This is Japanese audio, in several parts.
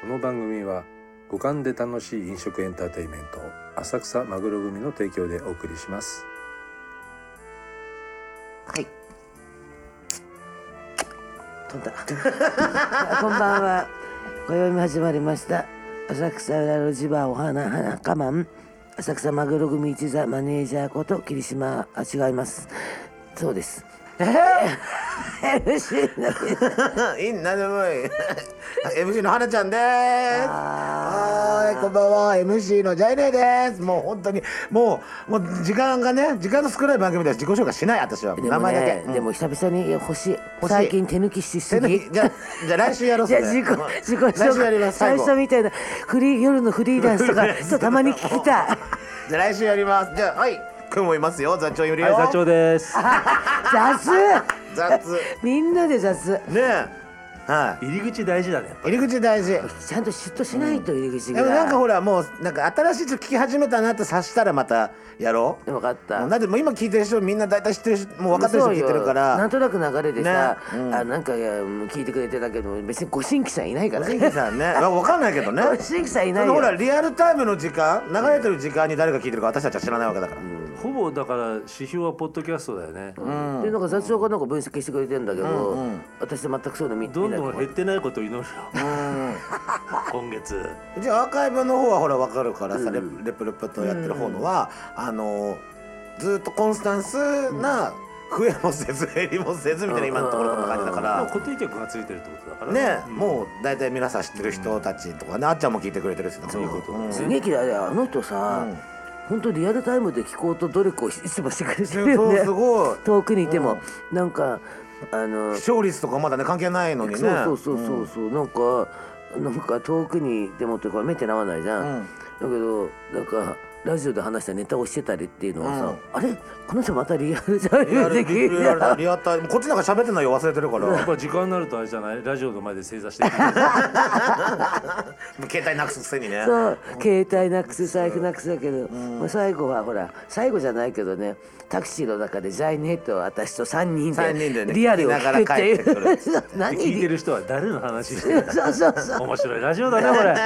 この番組は五感で楽しい飲食エンターテインメント浅草マグロ組の提供でお送りしますはい。 飛んだ。こんばんは。今宵も始まりました。浅草裏路地場お花花かまん。浅草マグロ組一座マネージャーこと霧島あ違います。そうです。ええ。いいなでもいい MC の花ちゃんですはーいこんばんは MC のジャイネーですもう本当にもうもう時間がね時間の少ない番組です自己紹介しない私 は、で名も前だけね、、でも久々に欲しい。しい最近手抜きしす手抜ぎ。きじゃあじゃあ来週やろうじゃあそれ自己うん自己来週やり紹ま介す最最後初みたいなフリー夜のフリーダンスとかそうたまに聞きたい じゃあ来週やりますじゃあはい君もいますよ座長いるよ、です雑雑みんなで雑ねえは入り口大事だねい入り口大事ちゃんとシュッとしないと入り口でが、もなんかほらもうなんか新しい人聞き始めたなって察したらまたやろう分かったなんでもう今聞いてる人みんな大体知ってる人もう分かってる人聞いてるかそうよなんらとなく流れでさ、ねうんあなんかいや聞いてくれてたけど別にご新規さんいないから新規さんねわ分かんないけどねご 新規さんいそないよのほらリアルタイムの時間流れてる時間に誰が聞いてるか私たちは知らないわけだから、ほぼだから指標はポッドキャストだよね、 でなんか座長がなんか分析してくれてんだけど、私全くそういうの見ど見んないどん減ってないことを祈るよ今月じゃあアーカイブの方はほら分かるからさ、レプレプレプとやってる方のは、あのずっとコンスタンスな増えもせず減りもせずみたいな今のところの感じだかまあら。固定客がついてるってことだからね、うんもう大体皆さん知ってる人たちとかね、あっちゃんも聞いてくれてるしそういうこと、うんすげえ嫌いだよあの人さ、うん本当リアルタイムで聞こうと努力をいつもしてくれてるよそうねすごい遠くにいても、なんかあの視聴率とかまだね関係ないのにねそうそうそうそうそう、なんかなんか遠くにでもというか目ってなわないじゃん、うんだけどなんかラジオで話したネタをしてたりっていうのはさ、うんあれこの人またリアルじゃんリアル的リアルなリアルタイムこっちなんか喋ってないよ忘れてるからやっぱ時間になるとあれじゃないラジオの前で正座してるあ携帯なくすくせにね そう携帯なくす財布なくすだけど、まあ、最後はほら最後じゃないけどねタクシーの中でジャイネと私と3人で三人でねリアルを聞くってい聞きながらう帰っ て何聞いてる人は誰の話してるそうそうそう面白いラジオだねこれ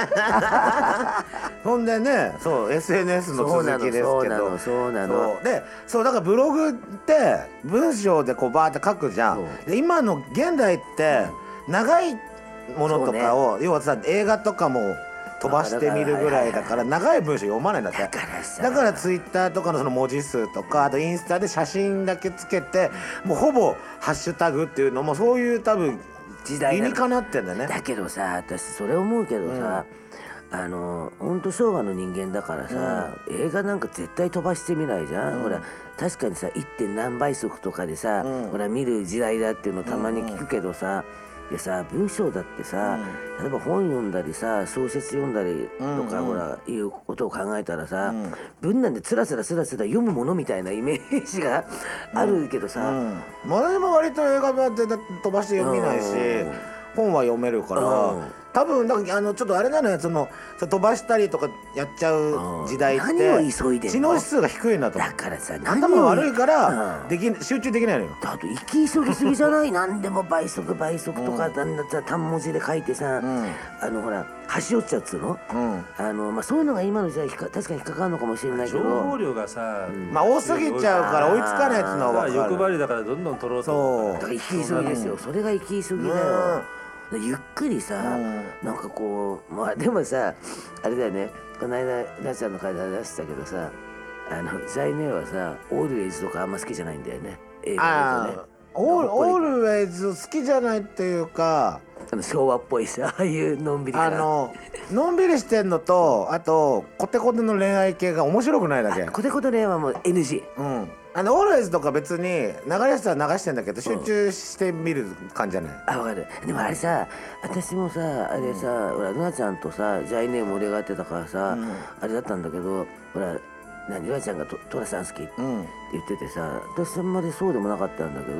ほんでねそう SNS の続きですけどそうなのそうなのそうなのそうでそうだからブログって文章でこうバーって書くじゃんで今の現代って長いものとかを、要はさ映画とかも飛ばしてみるぐらいだから長い文章読まないんだってだからさツイッターとかのその文字数とかあとインスタで写真だけつけてもうほぼハッシュタグっていうのもそういう多分時代理なのにかなってんだよねだけどさ私それ思うけどさ、あのほんと昭和の人間だからさ、映画なんか絶対飛ばしてみないじゃん、ほら確かにさ 1. 点何倍速とかでさ、ほら見る時代だっていうのたまに聞くけどさ、でさ文章だってさ、例えば本読んだりさ小説読んだりとか、ほらいうことを考えたらさ、文なんでつらつらつらつら読むものみたいなイメージがあるけどさ、うん、私も割と映画は全然飛ばして読めないし、うん本は読めるから、うん多分なんかあのちょっとあれなのよそのそれ飛ばしたりとかやっちゃうんう時代って、何を急いでんの知能指数が低いんだと思うだからさ頭が悪いかうらんでき、集中できないのよ。あと行き急ぎすぎじゃない何でも倍速倍速とかだんだんさ単文字で書いてさ、んあのほら端折っちゃうっつうの,、うんあのまあ、そういうのが今の時代ひか確かに引っかかるのかもしれないけ情報ど量がさ、まあ多すぎちゃうから追いつかないっていうのだからは分かる欲。張りだからどんどん取ろうとそだからう行き急ぎですよ、それが行き急ぎだよ、でゆっくりさ、なんかこうまあでもさあれだよねこの間なちゃんの会で話してたけどさあの財ネはさオールウェイズとかあんま好きじゃないんだよね映画あだとーねオールほっこオーりルウェイズ好きじゃないっていうかあの昭和っぽいさああいうのんびりかあらののんびりしてんのとあとコテコテの恋愛系が面白くないだけ。コテコテ恋はもう NG うん、あのオールウェイズとか別に流れてたら流してんだけど集中して見る感じじゃない、あわかるでもあれさ私もさあれさ、ほらルナちゃんとさジャイネーム俺がやってたからさ、あれだったんだけどほら何ルナちゃんがトトラさん好きってうん言っててさ私あんまりそうでもなかったんだけど、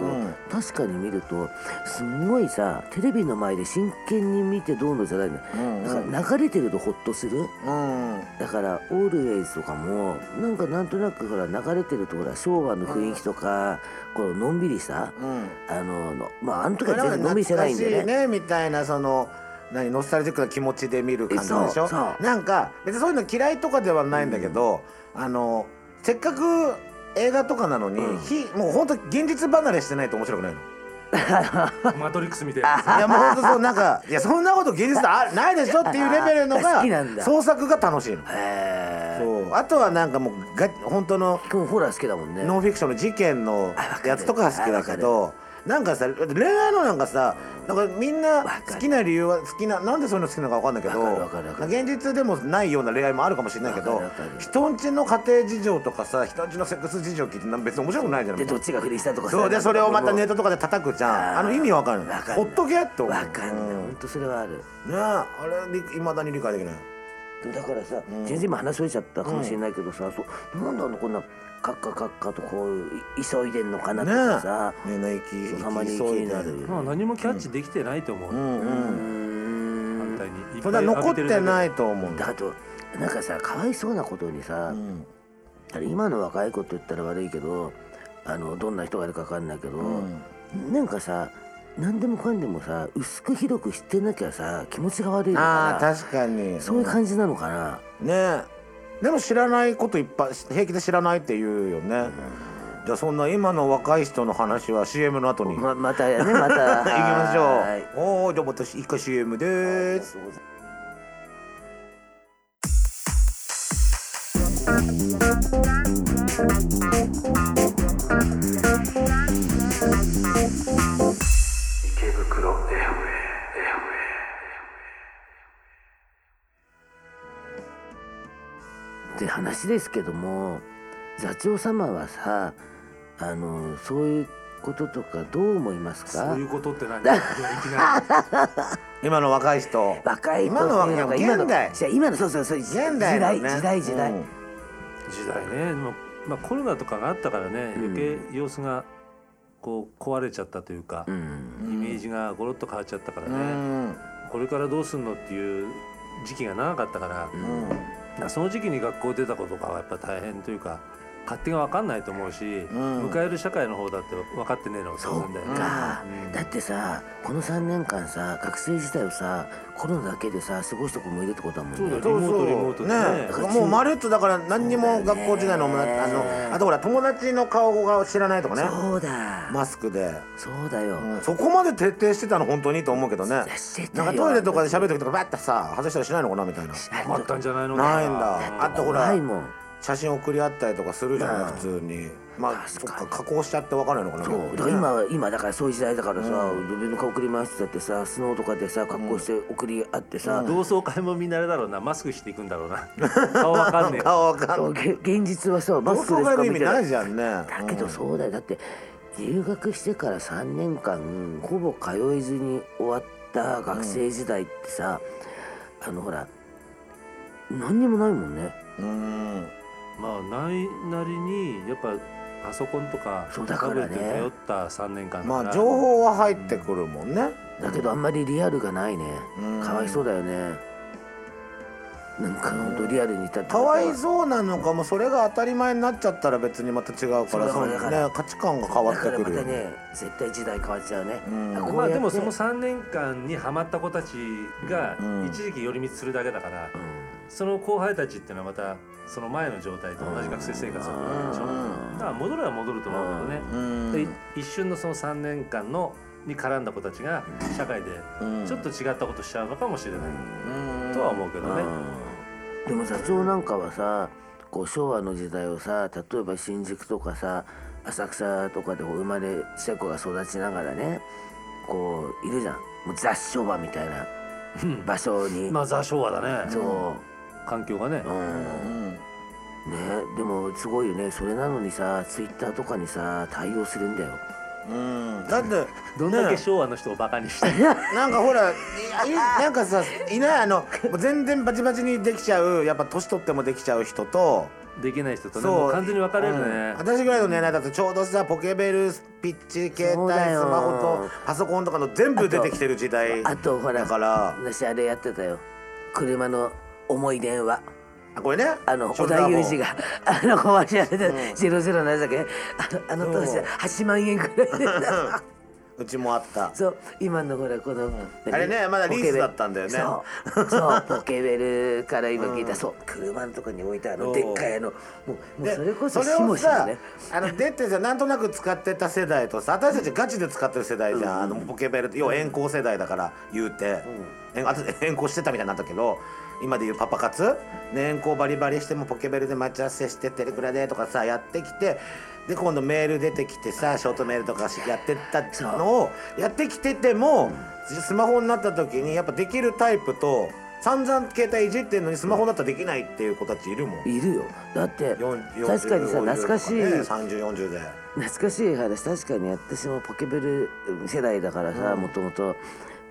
確かに見るとすんごいさテレビの前で真剣に見てどうのじゃないの、だから流れてるとホッとするうんだからオールウェイズとかもなんかなんとなくほら流れてるとほら昭和の雰囲気とか、こののんびりさ、うんあののまああの時あはれ全は然のんびりしてないんでね懐かしいねみたいなその何ノスタルジックな気持ちで見る感じでしそうょそうなんか別にそういうの嫌いとかではないんだけど、あのせっかく映画とかなのに、うんひもう本当現実離れしてないと面白くないの。いマトリックスみたいやもう本当そうなんかいやそんなこと現実あないでしょっていうレベルの好きなんがだ創作が楽しいの。へえそうあとはなんかもうが本当の君ホラー好きだもんねノンフィクションの事件のやつとかは好きだけどなんかさ恋愛のなんかさなんかみんなわかる好きな理由は好きななんでそういうの好きなのか分かんないけどわかるわかるわかる現実でもないような恋愛もあるかもしれないけわどかるわかる人んちの家庭事情とかさ人んちのセックス事情聞いてなん別に面白くないじゃんでどっちが不倫したとかさそうでそれをまたネねットとかで叩くじゃんあーあの意味わかるのわかるほっとけって思うわかんないうん本当それはあるねえあれいまだに理解できないだからさ、全然今話しれちゃったかもしれないけどさ、そうなんだあのこんなカッカカッカとこうい急いでんのかなとかさ、ねえねえ息そう息たまに気急いにでなるよねまあ何もキャッチできてないと思う、うんうん反対にいっそぱれはい残ってないいと思うんだあとなんかさかわいそうなことにさ、んあれ今の若い子と言ったら悪いけどあのどんな人がいるかわかんないけど、なんかさ何でもかんでもさ薄くひどく知ってなきゃさ気持ちが悪いのああか確かになそういう感じなのかな、ねえでも知らないこといっぱい平気で知らないって言うよね、じゃあそんな今の若い人の話は CM の後に、ままたやね また行きましょうはいおーじゃあ私一回 CM でーすって話ですけども座長様はさあのそういうこととかどう思いますかそういうことって何いやいきなり今の若い人若い子今の若いなんか現代じゃあ今のそうそうそう時現時代の代ね時代時代、うん時代ねでも、まあ、コロナとかがあったからね余計様子がこう壊れちゃったというか、うんイメージがゴロッと変わっちゃったからうね、んこれからどうすんのっていう時期が長かったから、まあその時期に学校出た子とかはやっぱ大変というか勝手が分かんないと思うし、ん迎える社会の方だって分かってねえのそなうんだよか、うんだってさこの3年間さ学生時代をさコロナだけでさ過ごした子もいるってことだもんねそうだよそうそうリモートリモートでねねもうまるっとだから何にも学校時代のもなあのあとほら友達の顔が知らないとかねそうだ、マスクで、そうだよ、うんそこまで徹底してたの本当にと思うけどねしてたなよんかトイレとかで喋る時とかバッてさ外したりしないのかなみたいなああったんじゃないのないんだあとほら怖いもん写真送り合ったりとかするじゃない普通にまあそっ確かかに加工しちゃって分からないのかなそうだからね今は今だからそういう時代だからさ自分の顔送り回してたってさスノーとかでさ格好して送り合ってさ、同窓会もみんなあれだろうなマスクしていくんだろうな顔分かんねえ顔分かんそないうげ現実はさマ同スク窓ですか会の意みた味いなないじゃんねだけどそうだよだって留学してから3年間ほぼ通えずに終わった学生時代ってさ、あのほら何にもないもんねうんまあないなりにやっぱパソコンとかそうだからねタブレットに頼った3年間だからまあ情報は入ってくるもんねだけどあんまりリアルがないね、うんかわいそうだよねなんかほんとリアルにいたってかわいそうなのかもそれが当たり前になっちゃったら別にまた違うからそそううだねから価値観が変わだっかてらくまるたよねね絶対時代変わっちゃうね、うんこうまやあってでもその3年間にハマった子たちがうん一時期寄り道するだけだから、うその後輩たちっていうのはまたその前の状態と同じ学生生活を送るでしょ、うんだから戻るは戻ると思うけどね、うんで一瞬のその3年間のに絡んだ子たちが社会でうんちょっと違ったことしちゃうのかもしれない、うんとは思うけどね、うんでも座長なんかはさこう昭和の時代をさ例えば新宿とかさ浅草とかでこう生まれちっちゃい子が育ちながらねこういるじゃんもう雑昭和みたいな場所に、まあザ昭和だねそ環境がね、う、うん、うんねでもすごいよねそれなのにさツイッターとかにさ対応するんだようんだって どんだけ昭和の人をバカに してる、なんかほらいいなんかさいないあのもう全然バチバチにできちゃうやっぱ年取ってもできちゃう人とできない人とねもう完全に分かれるね、うん私ぐらいの年代だとちょうどさポケベルピッチ携そう帯だスよマホとパソコンとかの全部出てきてる時代あとほらだから私あれやってたよ車の重い電話あこれねあのショ小ルダ田ーも裕二が あのコマーシャルで「ゼロゼロなんだっけあのあの当時そう8万円くらいでうちもあったそう今のほらこの、何あれねまだリースだったんだよねポケベルそうそうポケベルから今聞いた、そう車のとこに置いたあそのうでっかいあのもうもうでそれこそれしをもしもさね あの出てさなんとなく使ってた世代とさ私たちガチで使ってる世代じゃん、あのポケベル要は遠行世代だから言うて、えあと遠行してたみたいになったけど今で言うパパ活、ね、遠行バリバリしてもポケベルで待ち合わせしてテレクラでとかさやってきてで今度メール出てきてさショートメールとかしやってったのをやってきてても、スマホになった時にやっぱできるタイプと散々携帯いじってんのにスマホだったらできないっていう子たちいるもん。いるよだって40確かにさ40懐かしい、とかね、3040で懐かしい話確かに私もポケベル世代だからさもともと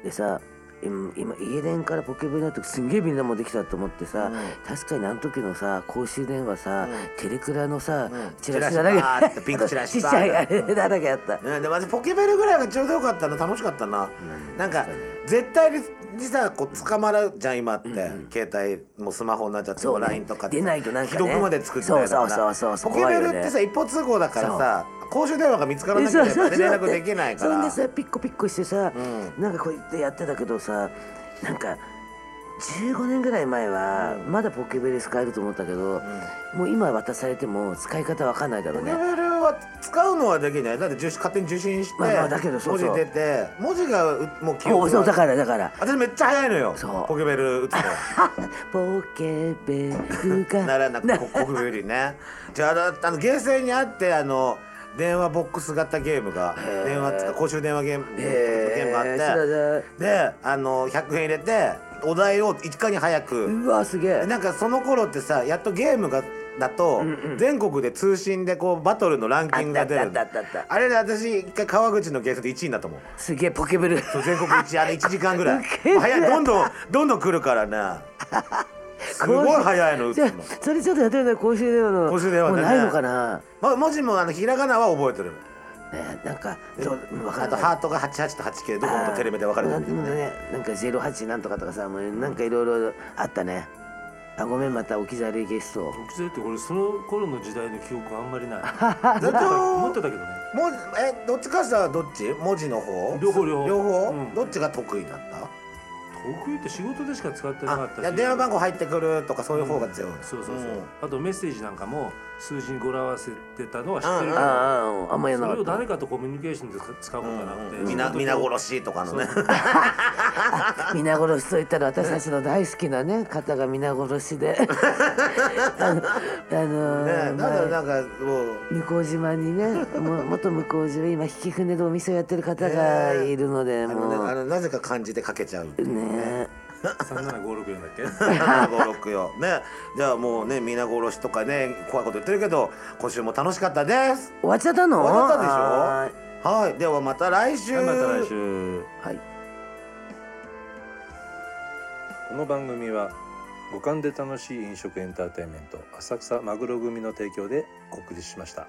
でさ今今家電からポケベルになってすんげえみんなもできたと思ってさ、確かにあの時のさ公衆電話さ、テレクラのさ、チラシだらチラシバーってけピンクチラシちっバちーゃい あれだらけあった、うんでも私ポケベルぐらいがちょうどよかったな楽しかったな、なんか絶対にさこう捕まるじゃん今って、携帯もスマホになっちゃってそうね LINE とかって出ないとなんかね既読まで作っちゃうからそうそうそうそうポケベルっ怖いよてねさ一方通行だからさ公衆電話が見つからなければね連絡できないかそんらでさピッコピッコしてさ、なんかこうやってやってたけどさなんか15年ぐらい前はまだポケベル使えると思ったけど、もう今渡されても使い方わかんないだろうポケねベルは使うのはできないだって受信勝手に受信して、まあまあだけどそうそう文字出て文字がうもう記お憶うそうだがからだから私めっちゃ早いのよそうポケベル打つの。ポケベル がならなく国語よりねじゃあだあのゲーセンにあってあの電話ボックス型ゲームが電話つか公衆電話ゲームゲへーームがあ知っらないてであの100円入れてお題をいかに早くうわすげえなんかその頃ってさやっとゲームがだと、全国で通信でこうバトルのランキングが出あるったあったあったあっあれで私一回川口のゲーセンで1位になったもんすげえポケベルそう全国1位あれ1時間ぐらいケる早いどんどんどんどん来るか らねすごい早いの打つじゃあの。それちょっとやってみたい公衆電話の公衆電話もでうねないのかな、ま、文字もあのひらがなは覚えてるね、なんかどうわかあんとないハートが88と89どこもとテレビで分かれてなんるもねなんか08なんとかとかさもうなんかいろいろあったねあごめんまた置き去りゲスト僕だって俺その頃の時代の記憶あんまり ないずっと持ってたけどねもうえどっちかしたらどっち文字の方両方両方両方、うんどっちが得意だった得意って仕事でしか使ってなかったあしいや電話番号入ってくるとかそういう方が強い、そうそうそう、んあとメッセージなんかも数字に語呂合わせてたのは知ってるあから、ああああんまやんなそれかをった誰かとコミュニケーションで使うことがなくて、うん皆皆殺しとかのね皆殺しといったら私たちの大好きな ね方が皆殺しであの、あの ねなんだろうまあなんかもう向島にねも元向島今引き船でお店をやってる方がいるので、あものうねあのなぜか漢字で書けちゃう っていう ね三七五六四だっけ 56よねじゃあもうね皆殺しとかね怖いこと言ってるけど今週も楽しかったです終わっちゃったの終わったでしょはーいはいではまた来週また来週はいこの番組は五感で楽しい飲食エンターテインメント浅草マグロ組の提供でお送りしました。